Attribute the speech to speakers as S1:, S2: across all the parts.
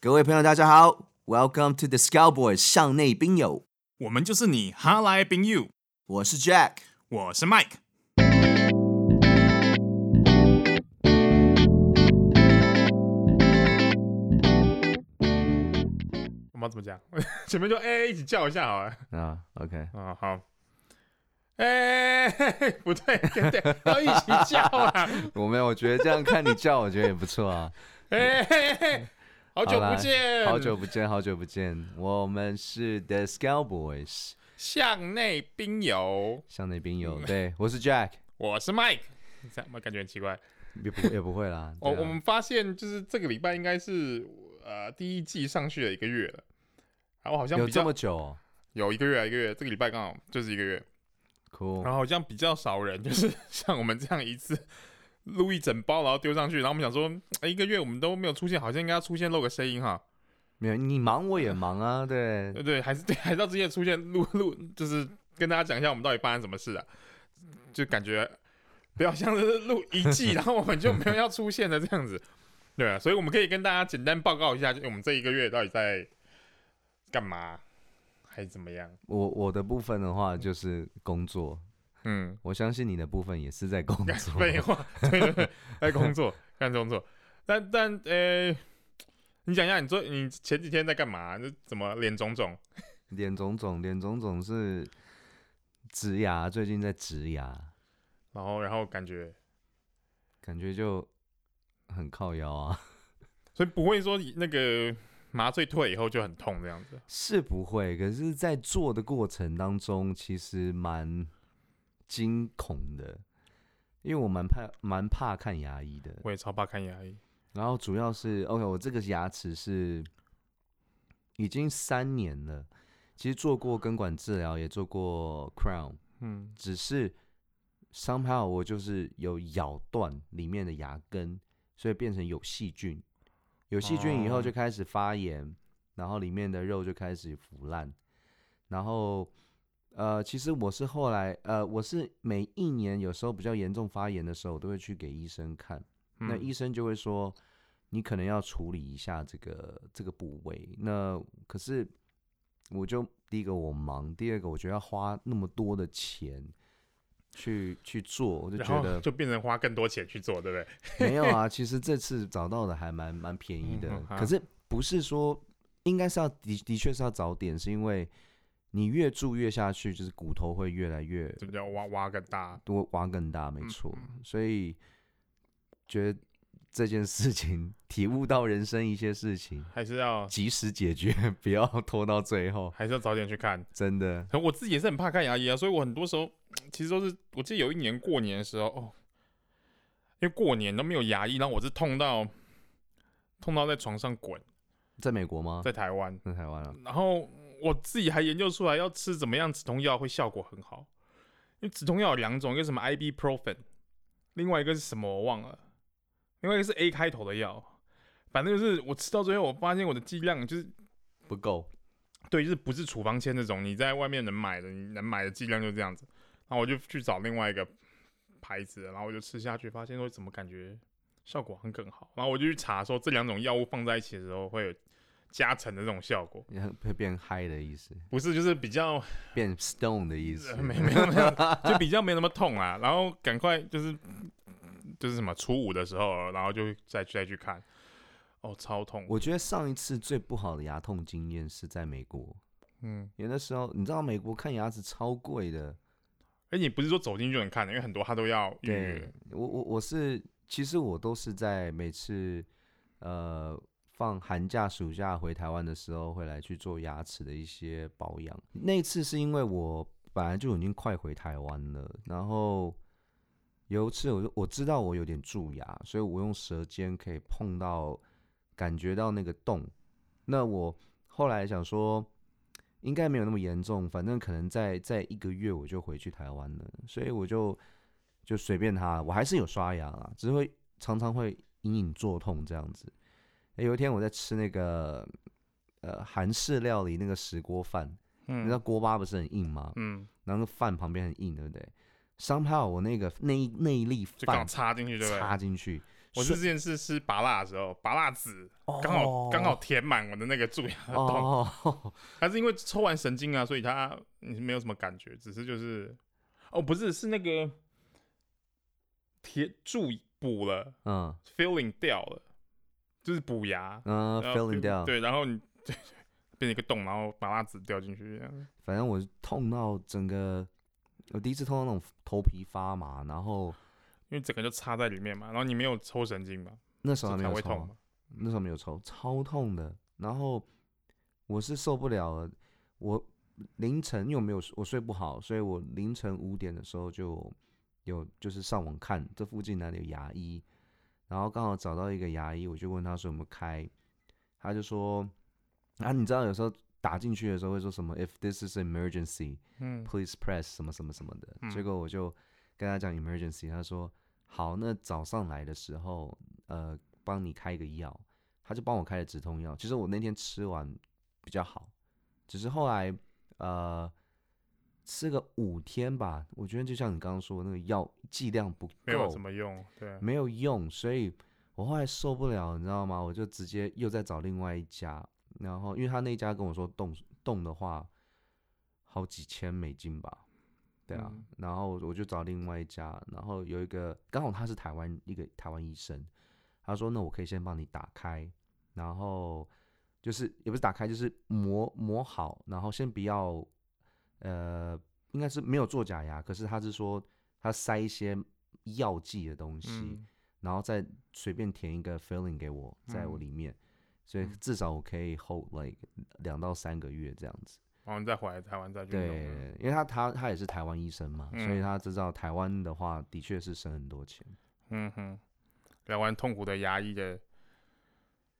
S1: 各位朋友，大家好，Welcome to the Cowboys 向内兵友，
S2: 我们就是你哈来宾 you，
S1: 我是 Jack。
S2: 我是 Mike。我们要怎么讲？ 前面就哎、一起叫一下好了。
S1: 啊，OK，
S2: 啊、好。哎、 嘿嘿不对，对对，要一起叫啊！
S1: 我没有，我觉得这样看你叫，我觉得也不错 啊。
S2: 哎、嘿嘿好久不见，
S1: 好久不见，好久不见，我们是 The Cowboys
S2: 向内兵友，
S1: 向内兵
S2: 嗯
S1: 友，对我是 Jack，
S2: 我是 Mike。这样我感觉很奇怪。
S1: 也 不也不会啦。
S2: 哦我、
S1: 对啊
S2: 我们发现就是这个礼拜应该是呃第一季上去了一个月了，然后好像
S1: 有
S2: 比较
S1: 这么久哦
S2: 有一个月啊，一个月，这个礼拜刚好就是一个月，
S1: ，Cool，
S2: 然后好像比较少人，就是 像我们这样一次录一整包，然后丢上去，然后我们想说，哎、一个月我们都没有出现，好像应该要出现露个声音哈，
S1: 没有你忙我也忙 啊，对
S2: 对，对，还是对，还是要直接出现录录，就是跟大家讲一下我们到底发生什么事啊，就感觉不要像是录一季，然后我们就没有要出现的这样子，对啊，所以我们可以跟大家简单报告一下，就我们这一个月到底在干嘛，还是怎么样，
S1: 我我的部分的话就是工作，
S2: 嗯。
S1: 我相信你的部分也是在工作。
S2: 废话，对对对，在工作，干工作。但但呃，你讲一下，你做你前几天在干嘛？就怎么脸肿肿？
S1: 脸肿肿，脸肿肿是植牙，最近在植牙，
S2: 然后然后感觉，
S1: 感觉就很靠腰啊，
S2: 所以不会说那个麻醉退以后就很痛这样子。
S1: 是不会，可是，在做的过程当中，其实蛮惊恐的，因为我蛮怕蛮怕看牙医的，
S2: 我也超怕看牙医，
S1: 然后主要是 OK，我这个牙齿是已经三年了，其实做过根管治疗，也做过 crown，
S2: 嗯，
S1: 只是 somehow 我就是有咬断里面的牙根，所以变成有细菌。有细菌以后
S2: 哦
S1: 就开始发炎，然后里面的肉就开始腐烂。然后，呃，其实我是后来，呃，我是每一年有时候比较严重发炎的时候，我都会去给医生看。
S2: 嗯
S1: 那医生就会说，你可能要处理一下这个这个部位。那可是我就第一个我忙，第二个我觉得要花那么多的钱去去做，我就
S2: 然
S1: 觉
S2: 后
S1: 得
S2: 就变成花更多钱去做，对不对？
S1: 没有 啊。其实这次找到的还蛮蛮便宜的
S2: 嗯，嗯
S1: 可是不是说应该是要的的确是要早点，是因为你越住越下去，就是骨头会越来越
S2: 这叫挖挖更大。
S1: 多挖更大，没
S2: 嗯
S1: 错。所以觉得这件事情， 体悟到人生一些事情，
S2: 还是要
S1: 及时解决， 不要拖到最后。
S2: 还是要早点去看。
S1: 真的，
S2: 可我自己也是很怕看牙医啊，所以我很多时候其实都是，我记得有一年过年的时候，哦，因为过年都没有牙医，然后我是痛到痛到在床上滚，
S1: 在美国吗？
S2: 在台湾，
S1: 在台湾啊，
S2: 然后我自己还研究出来要吃怎么样止痛药会效果很好，因为止痛药有两种，一个是什么 ibuprofen，另外一个是什么我忘了，另外一个是 A 开头的药，反正就是我吃到最后，我发现我的剂量就是
S1: 不够。
S2: 对，就是不是处方签那种，你在外面能买的，你能买的剂量就这样子。然后我就去找另外一个牌子，然后我就吃下去，发现说怎么感觉效果很更好。然后我就去查说这两种药物放在一起的时候会有加成的这种效果，
S1: 也会变嗨的意思，
S2: 不是就是比较
S1: 变 stone 的意思
S2: 呃， 没没有没有，就比较没那么痛啊。然后赶快就是就是什么初五的时候，然后就再再去看，哦，超痛，
S1: 我觉得上一次最不好的牙痛经验是在美国，
S2: 嗯。
S1: 因为那时候你知道美国看牙齿超贵的，
S2: 而哎且你不是说走进去就能看的，因为很多它都要预
S1: 对
S2: 约。
S1: 我我我是其实我都是在每次呃放寒假暑假回台湾的时候会来去做牙齿的一些保养。那次是因为我本来就已经快回台湾了，然后有一次我就我知道我有点蛀牙，所以我用舌尖可以碰到感觉到那个洞。那我后来想说。应该没有那么严重，反正可能在在一个月我就回去台湾了，所以我就就随便他，我还是有刷牙啦，只是会常常会隐隐作痛这样子。诶有一天我在吃那个呃韩式料理那个石锅饭，你知道
S2: 嗯
S1: 锅巴不是很硬吗？
S2: 嗯，
S1: 然后那饭旁边很硬，对不对？somehow 我那个那一那一粒
S2: 就刚好
S1: 饭
S2: 插进去，对不对？
S1: 插进去，
S2: 我是之前是吃拔辣的时候，拔辣籽
S1: 哦
S2: 刚好刚好填满我的那个蛀牙 的洞，
S1: 哦，
S2: 它是因为抽完神经啊，所以它嗯没有什么感觉，只是就是哦，不是是那个贴蛀补了
S1: 嗯
S2: ，filling 掉了，就是补牙
S1: 嗯
S2: 然后
S1: ，filling 掉，
S2: 对，然后你 变成一个洞，然后把蜡纸掉进去这样。
S1: 反正我是痛到整个，我第一次痛到那种头皮发麻，然后
S2: 因为整个就插在里面嘛，然后你没有抽神经嘛，
S1: 那时
S2: 所
S1: 候
S2: 以
S1: 还没有
S2: 才会
S1: 抽
S2: 痛
S1: 啊，
S2: 嘛。
S1: 那时候没有抽，超痛的。然后我是受不了了，我凌晨因为我没有我睡不好，所以我凌晨五点的时候就有就是上网看这附近哪里有牙医，然后刚好找到一个牙医，我就问他说有没有开，他就说啊，你知道有时候打进去的时候会说什么 “If this is an emergency,
S2: 嗯，
S1: please press 什么什么什么的”，结
S2: 嗯
S1: 果我就跟他讲 emergency，他说好，那早上来的时候，呃，帮你开一个药，他就帮我开了止痛药。其实我那天吃完比较好，只是后来呃吃个五天吧，我觉得就像你刚刚说的那个药剂量不
S2: 没有
S1: 够
S2: 什，么用，对，嗯
S1: 没有用，所以我后来受不了，你知道吗？我就直接又再找另外一家，然后因为他那一家跟我说动动的话，好几千美金吧，对啊，
S2: 嗯
S1: 然后我就找另外一家，然后有一个刚好他是台湾一个台湾医生，他说那我可以先帮你打开，然后就是也不是打开，就是磨磨好，然后先不要，呃，应该是没有做假牙，可是他是说他塞一些药剂的东西，
S2: 嗯，
S1: 然后再随便填一个 filling 给我，在我
S2: 嗯
S1: 里面，所以
S2: 嗯
S1: 至少我可以 hold like 两到三个月这样子。
S2: 然后你再回来台湾再去
S1: 对
S2: 用啊。，
S1: 因为他他他也是台湾医生嘛，所以
S2: 嗯
S1: 他知道台湾的话的确是省很多钱。
S2: 嗯哼，聊完痛苦的牙医的，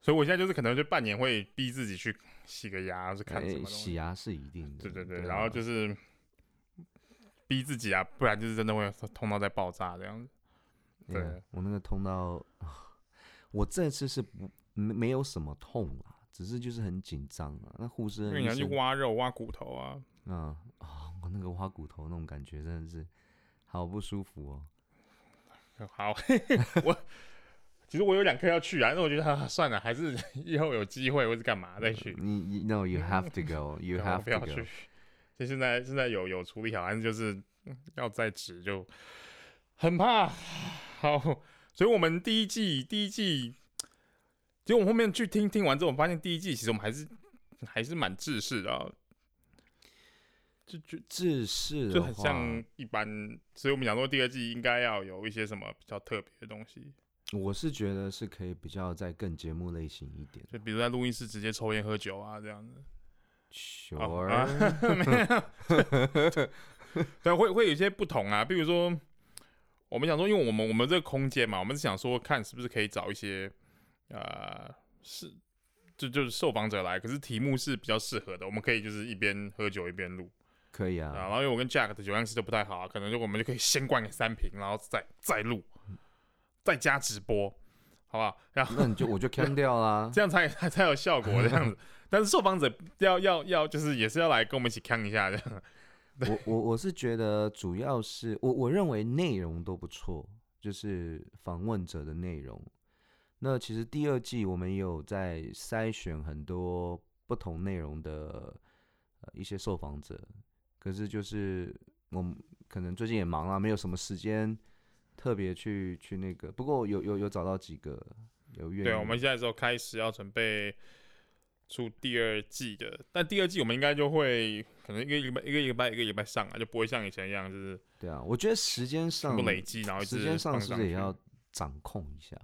S2: 所以我现在就是可能就半年会逼自己去洗个牙，是 看
S1: 哎
S2: 什么东西
S1: 洗。牙是一 定的，
S2: 对对对，然后
S1: 啊
S2: 就是逼自己啊，不然就是真的会痛到在爆炸这样子。对
S1: 嗯我那个痛到， 我这次是不没没有什么痛啦，只是就是很紧张啊。那护士
S2: 因
S1: 和
S2: 为你
S1: 医
S2: 要去
S1: 生，
S2: 挖肉、挖骨头啊，
S1: 嗯 啊、我那个挖骨头那种感觉真的是好不舒服哦。
S2: 哦 好，我其实我有两科要去啊，那我觉得、啊、算了，还是 以后有机会或是干嘛再去。
S1: 你你 no you have to go 嗯 you
S2: 然后
S1: have
S2: 不要
S1: to
S2: 去
S1: go，，
S2: 就现在现在有有处理好，但是就是嗯要再止就很怕。好，所以我们第一季第一季，结果我们后面去听听完之后，我发现第一季其实我们还是还是蛮制式的、啊，就就
S1: 制式
S2: 就
S1: 的
S2: 很
S1: 话
S2: 像一般，所以我们讲说第二季应该要有一些什么比较特别的东西。
S1: 我是觉得是可以比较再更节目类型一点。
S2: 就比如在录音室直接抽烟喝酒啊这样子。
S1: Sure，、
S2: 啊， 没有，对，会会有一些不同啊，比如说我们想说，因为我们我们这个空间嘛，我们是想说看是不是可以找一些呃是就就是受访者来，可是题目是比较适合的，我们可以就是一边喝酒一边录
S1: 可以
S2: 啊。然
S1: 啊，
S2: 后因为我跟 Jack 的酒量是就不太好、啊，可能就我们就可以先灌个三瓶，然后再再录，再加直播，好不好？然后。
S1: 那你就我就 can 掉啦。
S2: 这样才 才才有效果这样子。但是受访者要要要，就是也是要来跟我们一起看一下这样。
S1: 我我我是觉得主要是我我认为内容都不错，就是访问者的内容。那其实第二季我们也有在筛选很多不同内容的、呃、一些受访者，可是就是我们可能最近也忙啊，没有什么时间特别去去那个。不过有有有找到几个有愿意，
S2: 对，我们现在之后开始要准备出第二季的，但第二季我们应该就会可能一个礼拜一个礼拜一个礼拜上啊，就不会像以前一样就是
S1: 对啊，我觉得时间
S2: 全
S1: 上
S2: 部累积，然后一直
S1: 时间上
S2: 放
S1: 是
S2: 上
S1: 不是也
S2: 去
S1: 要掌控一下？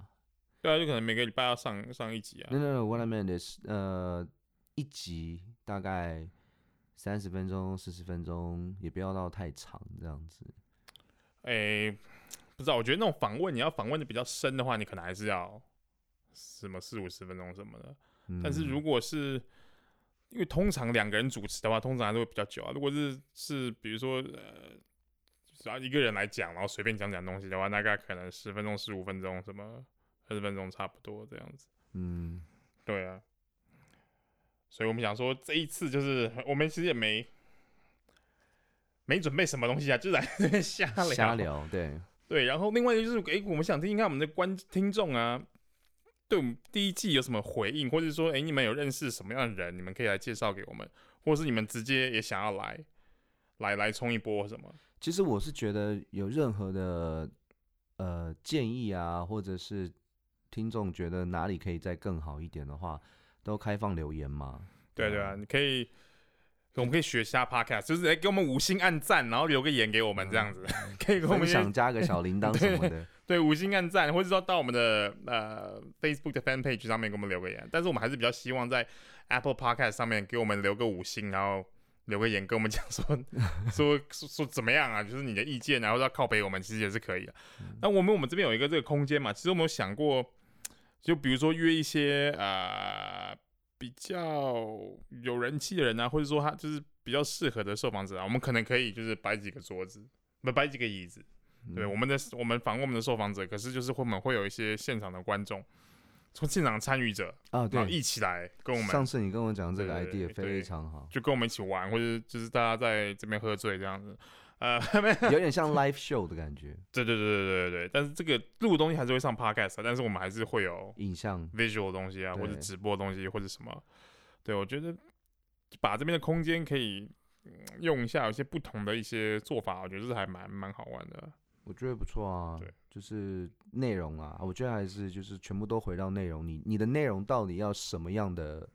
S2: 对啊，就可能每个礼拜要上上一集啊
S1: No,。no, no. What I meant is，呃，一集大概三十分钟、四十分钟，也不要到太长这样子。
S2: 哎、不知道，我觉得那种访问你要访问的比较深的话，你可能还是要什么四五十分钟什么的。
S1: 嗯、
S2: 但是如果是因为通常两个人主持的话，通常还是会比较久啊。如果是是比如说呃，只要一个人来讲，然后随便讲讲东西的话，大概可能十分钟、十五分钟，什么二十分钟差不多这样子。
S1: 嗯，
S2: 对啊，所以我们想说这一次就是我们其实也没没准备什么东西啊，就来这边瞎聊。
S1: 瞎聊，对，
S2: 对，然后另外一个就是，诶，我们想听听看我们的观听众啊，对我们第一季有什么回应，或者说，诶，你们有认识什么样的人，你们可以来介绍给我们，或是你们直接也想要来，来来冲一波什么？
S1: 其实我是觉得有任何的呃建议啊，或者是听众觉得哪里可以再更好一点的话，都开放留言嘛。
S2: 对对啊，你可以，我们可以学下 podcast，就是诶，给我们五星按赞，然后留个言给我们这样子， 可以给我们
S1: 嗯分
S2: 一些
S1: 享加个小铃铛什么的。
S2: 对，五星按赞，或者说到我们的呃 Facebook 的 fan page 上面给我们留个言。但是我们还是比较希望在 Apple Podcast 上面给我们留个五星，然后留个言跟我们 讲说说说说怎么样啊，就是你的意见啊，或者要靠北我们，其实也是可以的。那我们我们这边有一个这个空间嘛，其实我们有想过，就比如说约一些呃比较有人气的人啊，或者说他就是比较适合的受访者啊，我们可能可以就是摆几个桌子，不摆几个椅子。
S1: 嗯
S2: 对，我们的我们访问我们的受访者，可是就是会我们会有一些现场的观众，从现场参与者，
S1: 啊，
S2: 然后
S1: 对，
S2: 一起来跟我
S1: 上
S2: 们，
S1: 次你跟我讲这个
S2: 对对
S1: idea
S2: 对
S1: 非常好，
S2: 就跟我们一起玩，或者就是大家在这边喝醉这样子。呃，
S1: 有点像 live show 的感觉，
S2: 对对对对对对，但是这个录的东西还是会上 podcast，啊但是我们还是会有
S1: 影像
S2: visual 的东西啊，或者
S1: 对
S2: 直播的东西或者什么。对，我觉得把这边的空间可以嗯用一下，有一些不同的一些做法，我觉得是还蛮蛮好玩的。
S1: 我觉得不错啊。
S2: 对，
S1: 就是内容啊，我觉得还是就是全部都回到内容，你你的内容到底要什么样的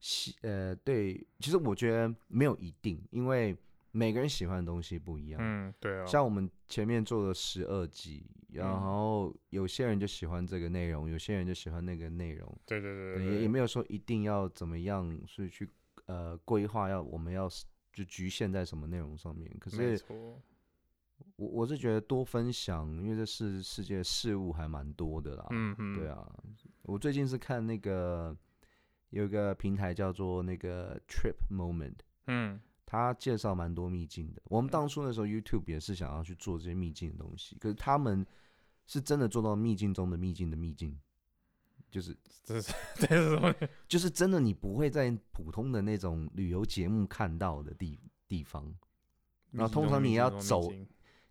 S1: 喜？呃，对，其实我觉得没有一定，因为每个人喜欢的东西不一样。
S2: 嗯，对啊，
S1: 像我们前面做了十二集，
S2: 嗯
S1: 然后有些人就喜欢这个内容，有些人就喜欢那个内容，
S2: 对对对
S1: 对
S2: 对
S1: 也
S2: 对，
S1: 也没有说一定要怎么样，所以去呃规划要我们要是就局限在什么内容上面。可
S2: 没
S1: 是
S2: 错，
S1: 我我是觉得多分享，因为这世世界事物还蛮多的啦。
S2: 嗯嗯，
S1: 对啊，我最近是看那个有一个平台叫做那个 Trip Moment，
S2: 嗯，
S1: 他介绍蛮多秘境的。我们当初那时候 YouTube 也是想要去做这些秘境的东西，可是他们是真的做到秘境中的秘境的秘境，就是
S2: 这是这是什么？
S1: 就是真的你不会在普通的那种旅游节目看到的地地方，然后通常你要走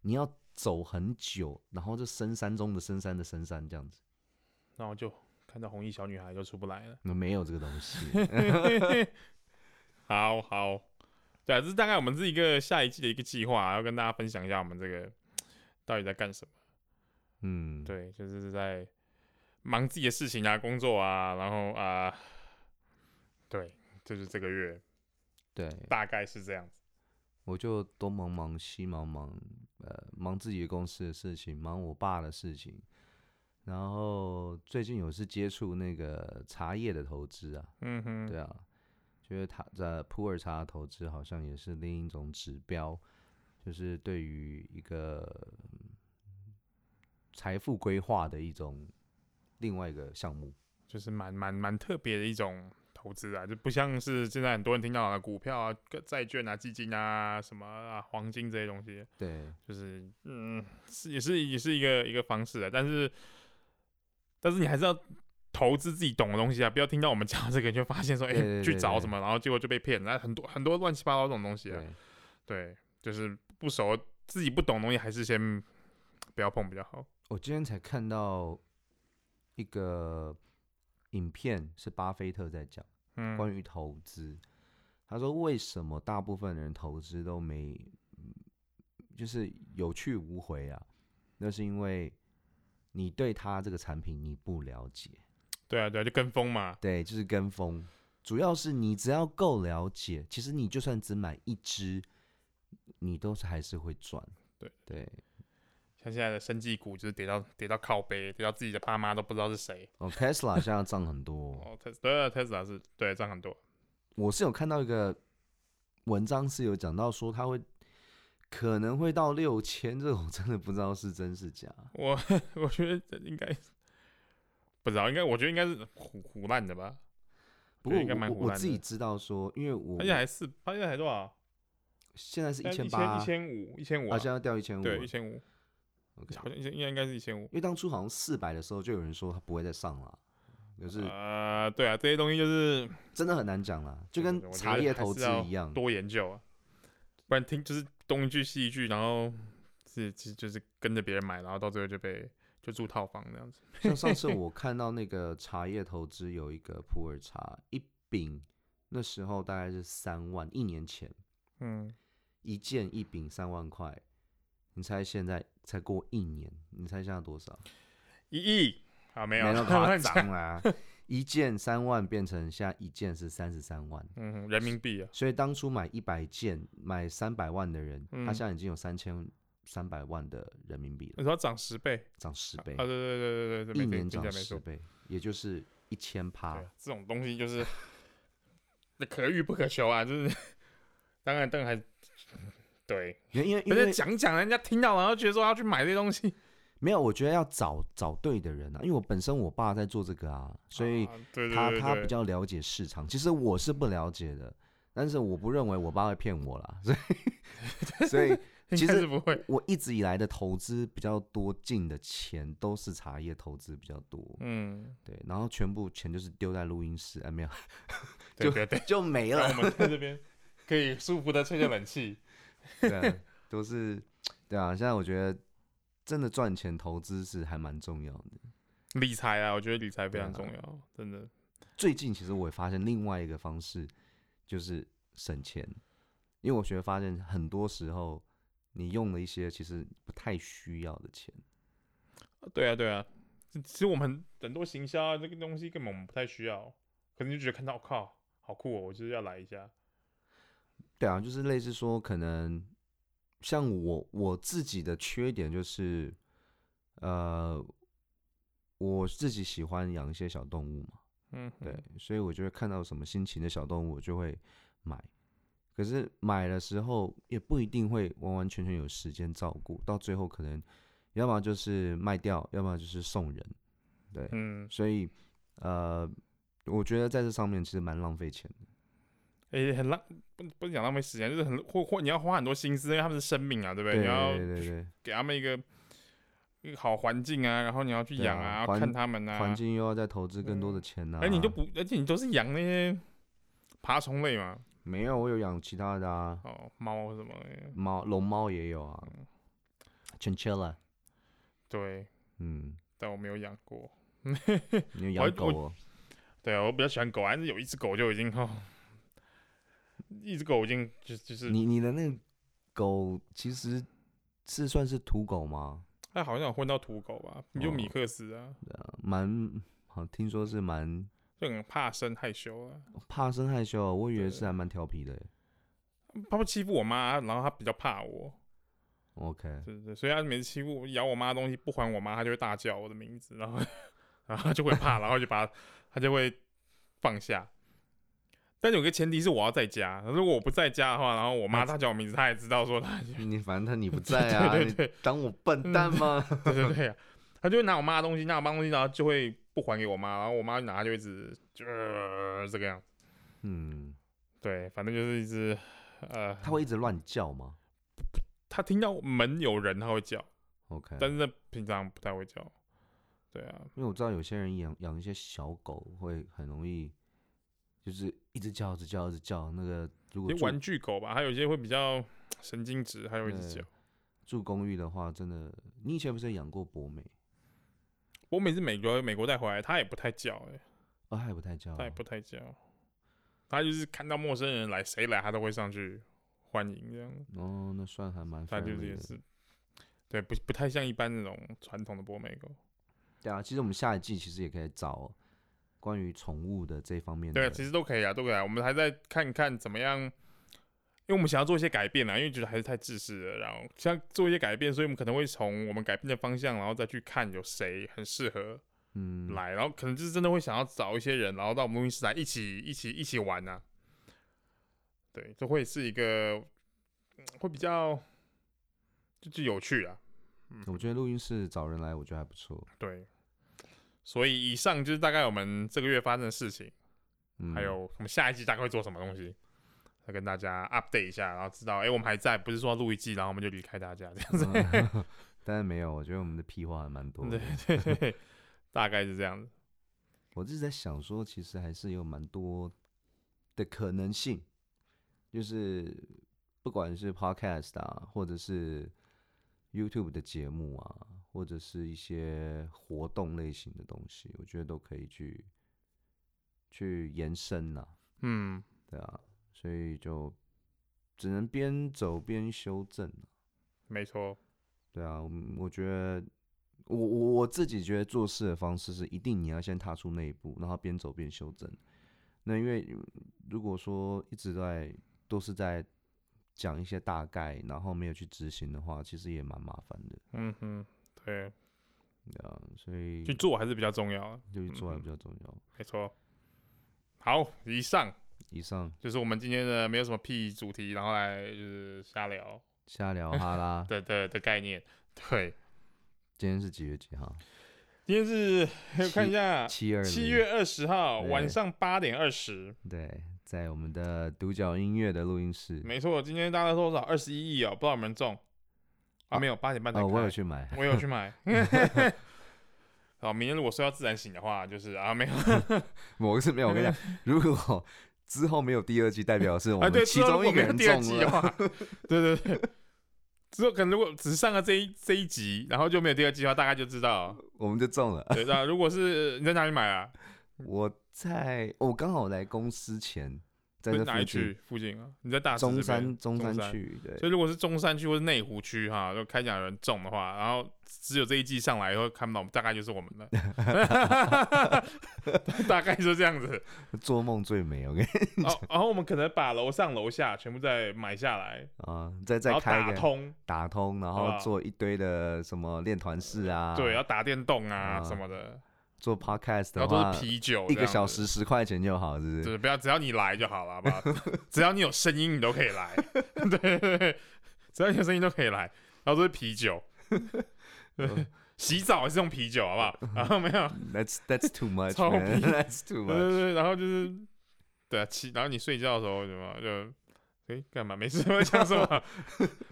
S1: 你要走很久，然后就深山中的深山的深山这样子，
S2: 然后就看到红衣小女孩就出不来了。
S1: 那没有这个东西。
S2: 好好，对啊，这是大概我们是一个下一季的一个计划，啊要跟大家分享一下我们这个到底在干什么。
S1: 嗯，，
S2: 对，就是在忙自己的事情啊，工作啊，然后啊、对，就是这个月
S1: 对，
S2: 大概是这样子。
S1: 我就东忙忙西忙忙，呃，忙自己公司的事情，忙我爸的事情。然后最近有是接触那个茶叶的投资啊，
S2: 嗯哼，
S1: 对啊，觉得它在普洱茶的投资好像也是另一种指标，就是对于一个嗯财富规划的一种另外一个项目。
S2: 就是蛮蛮蛮特别的一种投资啊，就不像是现在很多人听到的股票啊、债券啊、基金啊、什么啊、黄金这些东西。
S1: 对，
S2: 就是嗯，是也是也是一个一个方式的，啊但是但是你还是要投资自己懂的东西啊，不要听到我们讲这个你就发现说，哎、
S1: 对对
S2: 去
S1: 对
S2: 找
S1: 对
S2: 什么，然后结果就被骗，那很多很多乱七八糟这种东西啊，
S1: 对，
S2: 对，就是不熟自己不懂的东西，还是先不要碰比较好。
S1: 我今天才看到一个影片，是巴菲特在讲
S2: 嗯，
S1: 关于投资。他说，为什么大部分人投资都没，嗯就是有去无回啊？那是因为你对他这个产品你不了解，
S2: 对啊对啊，就跟风嘛，
S1: 对，就是跟风。主要是你只要够了解，其实你就算只买一只，你都是还是会赚。
S2: 对
S1: 对，
S2: 像现在的生技股就是跌到跌到靠背，跌到自己的爸妈都不知道是谁。
S1: 哦，Tesla 现在涨很多、
S2: 哦，特对啊，Tesla 是对涨很多，
S1: 我是有看到一个文章是有讲到说它会可能会到六千，这个我 真的不知道是真是假。
S2: 我 我觉得这应该是不知道，应该我觉得应该是胡胡烂的吧，
S1: 不过
S2: 应该
S1: 我
S2: 蛮
S1: 我
S2: 胡
S1: 我
S2: 乱
S1: 自己
S2: 的
S1: 知道说，因为我
S2: 而且还四，他现在还多少？
S1: 现在是一
S2: 现在
S1: 千
S2: 一
S1: 八，
S2: 千一千五，一千五
S1: 啊，现在掉一千五，
S2: 对，一千五，
S1: OK
S2: 好像一千应该应该是一千五。
S1: 因为当初好像四百的时候就有人说它不会再上了，就是
S2: 呃，对啊，这些东西就是
S1: 真的很难讲啦，就
S2: 对
S1: 跟
S2: 对我觉
S1: 茶
S2: 得
S1: 叶
S2: 还
S1: 投
S2: 是
S1: 资
S2: 要
S1: 一样。
S2: 多研究啊，不然听就是东一句西一句，然后是其实就是跟着别人买，然后到最后就被就住套房那样子。
S1: 像上次我看到那个茶叶投资有一个普洱茶一饼，那时候大概是三万，一年前
S2: 嗯，
S1: 一件一饼三万块，你猜现在才过一年，你猜现在多少？
S2: 一亿啊，没有
S1: 没那么夸
S2: 乱讲
S1: 张啦，一件三万变成现在一件是三十三万，
S2: 嗯哼，人民币啊，
S1: 所以当初买一百件买三百万的人，
S2: 嗯
S1: 他现在已经有三千三百万的人民币了，
S2: 你说涨十倍
S1: 涨十
S2: 啊？对
S1: 倍，
S2: 对对对对对，
S1: 一
S2: 没
S1: 年
S2: 听起来
S1: 涨
S2: 没
S1: 十
S2: 错。
S1: 倍，也就是一千趴
S2: 对。，这种东西就是那可遇不可求啊，就是当然，当然还对，
S1: 因为因为因
S2: 而且
S1: 为
S2: 讲讲人家听到，然后觉得说要去买这些东西，
S1: 没有，我觉得要找找对的人啊，因为我本身我爸在做这个啊，所以
S2: 啊对对
S1: 他
S2: 对
S1: 他
S2: 对
S1: 比较了解市场。其实我是不了解的，但是我不认为我爸会骗我啦， 所以所以
S2: 应
S1: 其
S2: 该
S1: 实
S2: 是不会，
S1: 我一直以来的投资比较多进的钱都是茶叶投资比较多，
S2: 嗯，
S1: 对，然后全部钱就是丢在录音室，哎没有
S2: 对对对，
S1: 就没
S2: 让
S1: 了，
S2: 我们在这边可以舒服的吹着冷 气，
S1: 对啊，都是对啊。现在我觉得真的赚钱投资是还蛮重要的。
S2: 理财啊，我觉得理财非常
S1: 对
S2: 重
S1: 啊
S2: 要，真的，
S1: 最近其实我也发现另外一个方式就是省钱，因为我觉得发现很多时候你用了一些其实不太需要的钱，
S2: 对啊对啊，其实我们很多行销啊，这个东西根本我们不太需要，可能就觉得看到靠，好酷哦，我就是要来一下，
S1: 对啊，就是类似说，可能像我我自己的缺点就是，呃，我自己喜欢养一些小动物嘛，
S2: 嗯，
S1: 对，，所以我就会看到什么新奇的小动物，我就会买。可是买的时候也不一定会完完全全有时间照顾，到最后可能要么就是卖掉，要么就是送人，对，
S2: 嗯。
S1: 所以呃，我觉得在这上面其实蛮浪费钱的。
S2: 诶、很浪不不是讲浪费时间，就是很或或你要花很多心思，因为他们是生命啊，对不对？
S1: 对
S2: 你要
S1: 对对对。
S2: 给他们一个一个好环境啊，然后你要去
S1: 对啊
S2: 养啊，要
S1: 环
S2: 看他们啊。
S1: 环境又要再投资更多的钱啊呢、
S2: 而嗯哎你就不，而且你都是养那些爬虫类嘛，
S1: 没有，我有养其他的啊，
S2: 哦，猫什么的，
S1: 猫龙猫也有啊，chinchilla，
S2: 对，
S1: 嗯，
S2: 但我没有养过。
S1: 你有
S2: 我
S1: 养狗、哦？
S2: 对啊，我比较喜欢狗啊，但是有一只狗就已经哦，一只狗已经就就是
S1: 你你的那个狗其实是算是土狗吗？
S2: 它好像有混到土狗吧，你就
S1: 哦
S2: 米克斯啊，
S1: 呃蛮好，听说是蛮
S2: 就很怕生害羞啊。
S1: 怕生害羞哦，我以为
S2: 对
S1: 是还蛮调皮的耶。
S2: 它会欺负我妈，然后它比较怕我。
S1: OK，
S2: 对对对，所以他每次欺负我咬我妈的东西不还我妈，他就会大叫我的名字，然后 然后他就会怕，然后就把他就会放下。但有个前提是我要在家，如果我不在家的话，然后我妈大叫我名字，她也知道说她
S1: 你反正你不在啊，
S2: 对对
S1: 你
S2: 对
S1: 当我笨蛋吗？
S2: 对对对、啊，她就会拿我妈的东西，拿我妈的东西，然后就会不还给我妈，然后我妈拿就一直就、呃、这个样子。
S1: 嗯，
S2: 对，反正就是一只呃，
S1: 它会一直乱叫吗
S2: 她听到门有人，她会叫，
S1: ？OK，
S2: 但是平常不太会叫。对啊，
S1: 因为我知道有些人养养一些小狗会很容易，就是一直叫、一直叫、一直叫。那个如果
S2: 一些
S1: 住
S2: 玩具狗吧，还有一些会比较神经质，还有一只
S1: 对
S2: 叫。
S1: 住公寓的话，真的，你以前不是养过博美？
S2: 我每次美国美国带回来，它也不太叫、欸，
S1: 哦，它也不太叫
S2: 哎，
S1: 啊，
S2: 它也不太叫，它就是看到陌生人来，谁来它都会上去欢迎这样。
S1: 哦，那算还蛮
S2: 它就是
S1: friendly
S2: 也
S1: 的。
S2: 是，对，不不太像一般那种传统的博美狗。
S1: 对啊，其实我们下一季其实也可以找关于宠物的这方面的。
S2: 对啊，其实都可以啊，都可以啊。我们还在看看怎么样，因为我们想要做一些改变啊，因为觉得还是太自私了。然后想做一些改变，所以我们可能会从我们改变的方向，然后再去看有谁很适合
S1: 嗯，
S2: 来，然后可能就是真的会想要找一些人，然后到我们录音室来一起一起一起玩呐、对，这会是一个嗯会比较就就有趣啊。
S1: 我觉得录音室找人来，我觉得还不错。
S2: 对，所以以上就是大概我们这个月发生的事情，
S1: 嗯，
S2: 还有我们下一季大概会做什么东西，来跟大家 update 一下，然后知道哎、诶我们还在，不是说要录一季，然后我们就离开大家这样子。
S1: 嗯， 但是没有，我觉得我们的屁话还蛮多的。
S2: 对 对对，大概是这样子。
S1: 我一直在想说，其实还是有蛮多的可能性，就是不管是 podcast 啊，或者是 YouTube 的节目啊，或者是一些活动类型的东西，我觉得都可以去去延伸啊呐、
S2: 嗯，
S1: 对啊，所以就只能边走边修正、啊、
S2: 没错，
S1: 对啊，嗯我觉得我我我自己觉得做事的方式是，一定你要先踏出那一步，然后边走边修正。那因为嗯如果说一直在都是在讲一些大概，然后没有去执行的话，其实也蛮麻烦的，
S2: 嗯哼，对，
S1: 对啊，所以
S2: 去做还是比较重要的，
S1: 就去做还
S2: 嗯
S1: 比较重要。
S2: 没错。好，以上
S1: 以上
S2: 就是我们今天的没有什么屁主题，然后来就是瞎聊
S1: 瞎聊哈 啦，
S2: 的的的概念。对，
S1: 今天是几月几号？
S2: 今天是
S1: 七
S2: 看一下
S1: 七二
S2: 啊七
S1: 零
S2: 月二十号
S1: 对
S2: 晚上八点二十，
S1: 对，在我们的独角音乐的录音室。
S2: 没错，今天大家多少二十一亿哦，不知道有没有中啊？
S1: 啊
S2: 没有，八点半才
S1: 哦，我有
S2: 开
S1: 去买，
S2: 我有去买。 好，明天如果睡到自然醒的话，就是啊，没有
S1: 哦我是没有。我跟你讲， 如果之后没有第二季，代表是我
S2: 嗯 啊，对，
S1: 们
S2: 之
S1: 其
S2: 后如
S1: 中一
S2: 果
S1: 个
S2: 没有
S1: 人
S2: 第二
S1: 中
S2: 哦集的
S1: 了。
S2: 话，对对对，之后可能如果只上了这一这一集，然后就没有第二季的话，大概就知道。
S1: 我们就中了。
S2: 对，那如果是你在哪里买啊？
S1: 我在，我刚好来公司前，在这
S2: 哪
S1: 附
S2: 一
S1: 近，
S2: 区附近啊？你在大直
S1: 中
S2: 这边
S1: 山中
S2: 中
S1: 山
S2: 山
S1: 区，对
S2: 所以如果是中山区或是内湖区哈，就开奖有人中的话，然后只有这一季上来以后看不到我们，大概就是我们 了，大概就这样 子。
S1: 做梦最美。我跟你
S2: 然后然后我们可能把楼上楼下全部再买下来，
S1: 啊，再
S2: 然
S1: 再
S2: 后
S1: 开
S2: 打
S1: 一个
S2: 通，
S1: 打通，然
S2: 好不
S1: 后
S2: 好
S1: 做一堆的什么练团式啊，
S2: 对，要打电动啊
S1: 啊
S2: 什么的，
S1: 做 podcast 的
S2: 然后都
S1: 话
S2: 是，啤酒，
S1: 一个小，时十块钱就好，是不
S2: 对，
S1: 是？
S2: 不要只要你来就好了，好不好？只要你有声音，你都可 以来，对对对，只要你有声音都可以来，然后都是啤酒，对洗澡也是用啤酒，好 不好？然后没有。
S1: That's that's too much,
S2: 超
S1: man.
S2: 屁
S1: That's too
S2: 对对
S1: much.
S2: 对，然后就是对啊，起，然后你睡觉的时候什么就。哎，干嘛？没事，我 讲什么？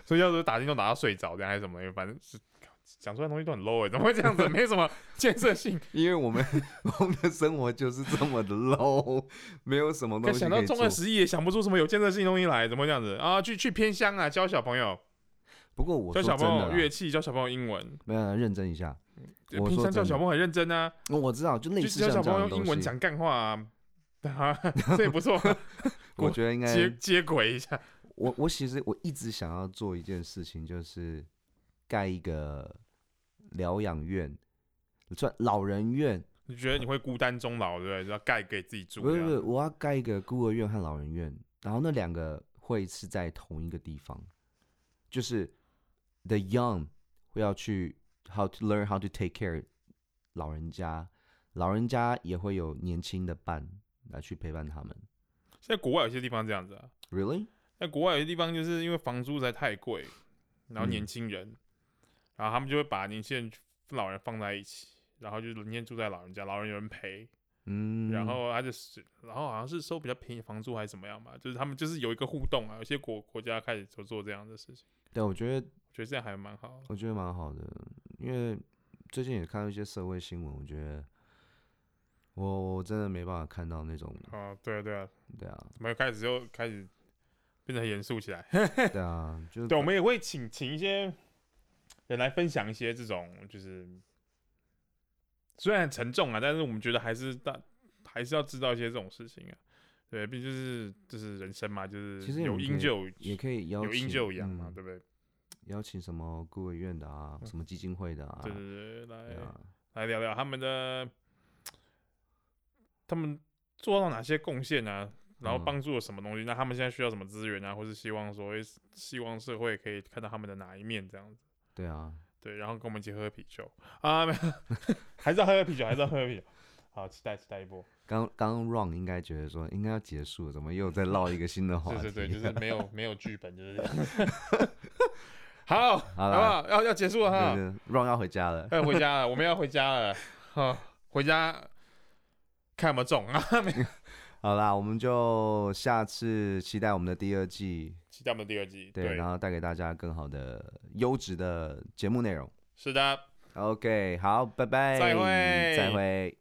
S2: 睡觉的时候打电动打到睡着，这样还是什么？因为反正是讲出来的东西都很 low 哎，怎么会这样子？ 没什么建设性。
S1: 因为我们我们的生活就是这么的 low，没有什么东
S2: 但
S1: 西
S2: 想到
S1: 可以
S2: 中二
S1: 做。
S2: 十亿，也想不出什么有建设性的东西来，怎么会这样子啊？去去偏乡啊，教小朋友，
S1: 不过我
S2: 教
S1: 说
S2: 小
S1: 真
S2: 朋
S1: 的
S2: 友乐
S1: 啦，
S2: 器，教小朋友英文。
S1: 没有认真一下，我
S2: 平
S1: 说
S2: 常教
S1: 真
S2: 小
S1: 的
S2: 朋友很认真啊，
S1: 我知道，就类
S2: 就
S1: 似
S2: 教小
S1: 像这
S2: 朋
S1: 样
S2: 友
S1: 的
S2: 用英
S1: 东
S2: 文
S1: 西，
S2: 讲干话啊， 啊，这也不错，
S1: 我觉得应该
S2: 接接轨一下。
S1: 我我其实我一直想要做一件事情，就是盖一个疗养院，算老人院，
S2: 你觉得你会孤单终老，对不对？要盖给自己住
S1: 不
S2: 这
S1: 是
S2: 样。
S1: 不是，我要盖一个孤儿院和老人院，然后那两个会是在同一个地方，就是 the young 会要去 how to learn how to take care 老人家，老人家也会有年轻的伴来去陪伴他们。
S2: 现在国外有些地方这样子啊，
S1: Really？
S2: 在国外有些地方就是因为房租实在太贵，然后
S1: 嗯
S2: 年轻人，然后他们就会把年轻人、老人放在一起，然后就是年轻人住在老人家，老人有人陪，
S1: 嗯，
S2: 然后他就是，然后好像是收比较便宜的房租还是怎么样吧，就是他们就是有一个互动啊，有些国国家开始就做这样的事情，
S1: 对，我觉得
S2: 我觉得这样还蛮好的。
S1: 我觉得蛮好的，因为最近也看到一些社会新闻，我觉得我我真的没办法看到那种，
S2: 哦，对啊对啊，
S1: 对啊，
S2: 怎么开始就开始变得很严肃起来？
S1: 对啊， 就是
S2: 对，我们也会请请一些人来分享一些这种，就是虽然很沉重啊，但是我们觉得还是大还是要知道一些这种事情啊。对，毕竟就是就是人生嘛，就是
S1: 其实
S2: 有
S1: 我们
S2: 阴
S1: 可以
S2: 就有
S1: 也可以邀
S2: 有
S1: 请
S2: 阴就有阳嘛，
S1: 嗯
S2: 对不对？
S1: 邀请什么孤儿院的啊，什么基金会的啊，
S2: 嗯对对对，来
S1: 对啊，
S2: 来聊聊他们的他们做到哪些贡献啊，然后
S1: 嗯
S2: 帮助了什么东西？那他们现在需要什么资源啊，或是希望说诶希望社会可以看到他们的哪一面这样子。
S1: 对啊，
S2: 对，然后跟我们一起喝喝啤酒啊，没有， 还是要喝喝啤酒，还是要喝喝啤酒。好，期待期待一波。
S1: 刚刚 Ron 应该觉得说应该要结束了，怎么又再唠一个新的话题？
S2: 对对对， 就是没有没有剧本，就是这样。 好，好
S1: 好
S2: 不
S1: 啦
S2: 好？要要结束了哈，
S1: 对对 Ron 要回家 了，
S2: 要回家了，我们要回家了。好，回家看有没有中啊？没有
S1: 好啦，我们就下次期待我们的第二季，
S2: 期待我们的第二季。
S1: 对，
S2: 对
S1: 然，后带给大家更好的优质的节目内容。
S2: 是的。
S1: OK，好，拜拜，
S2: 再会
S1: 再会。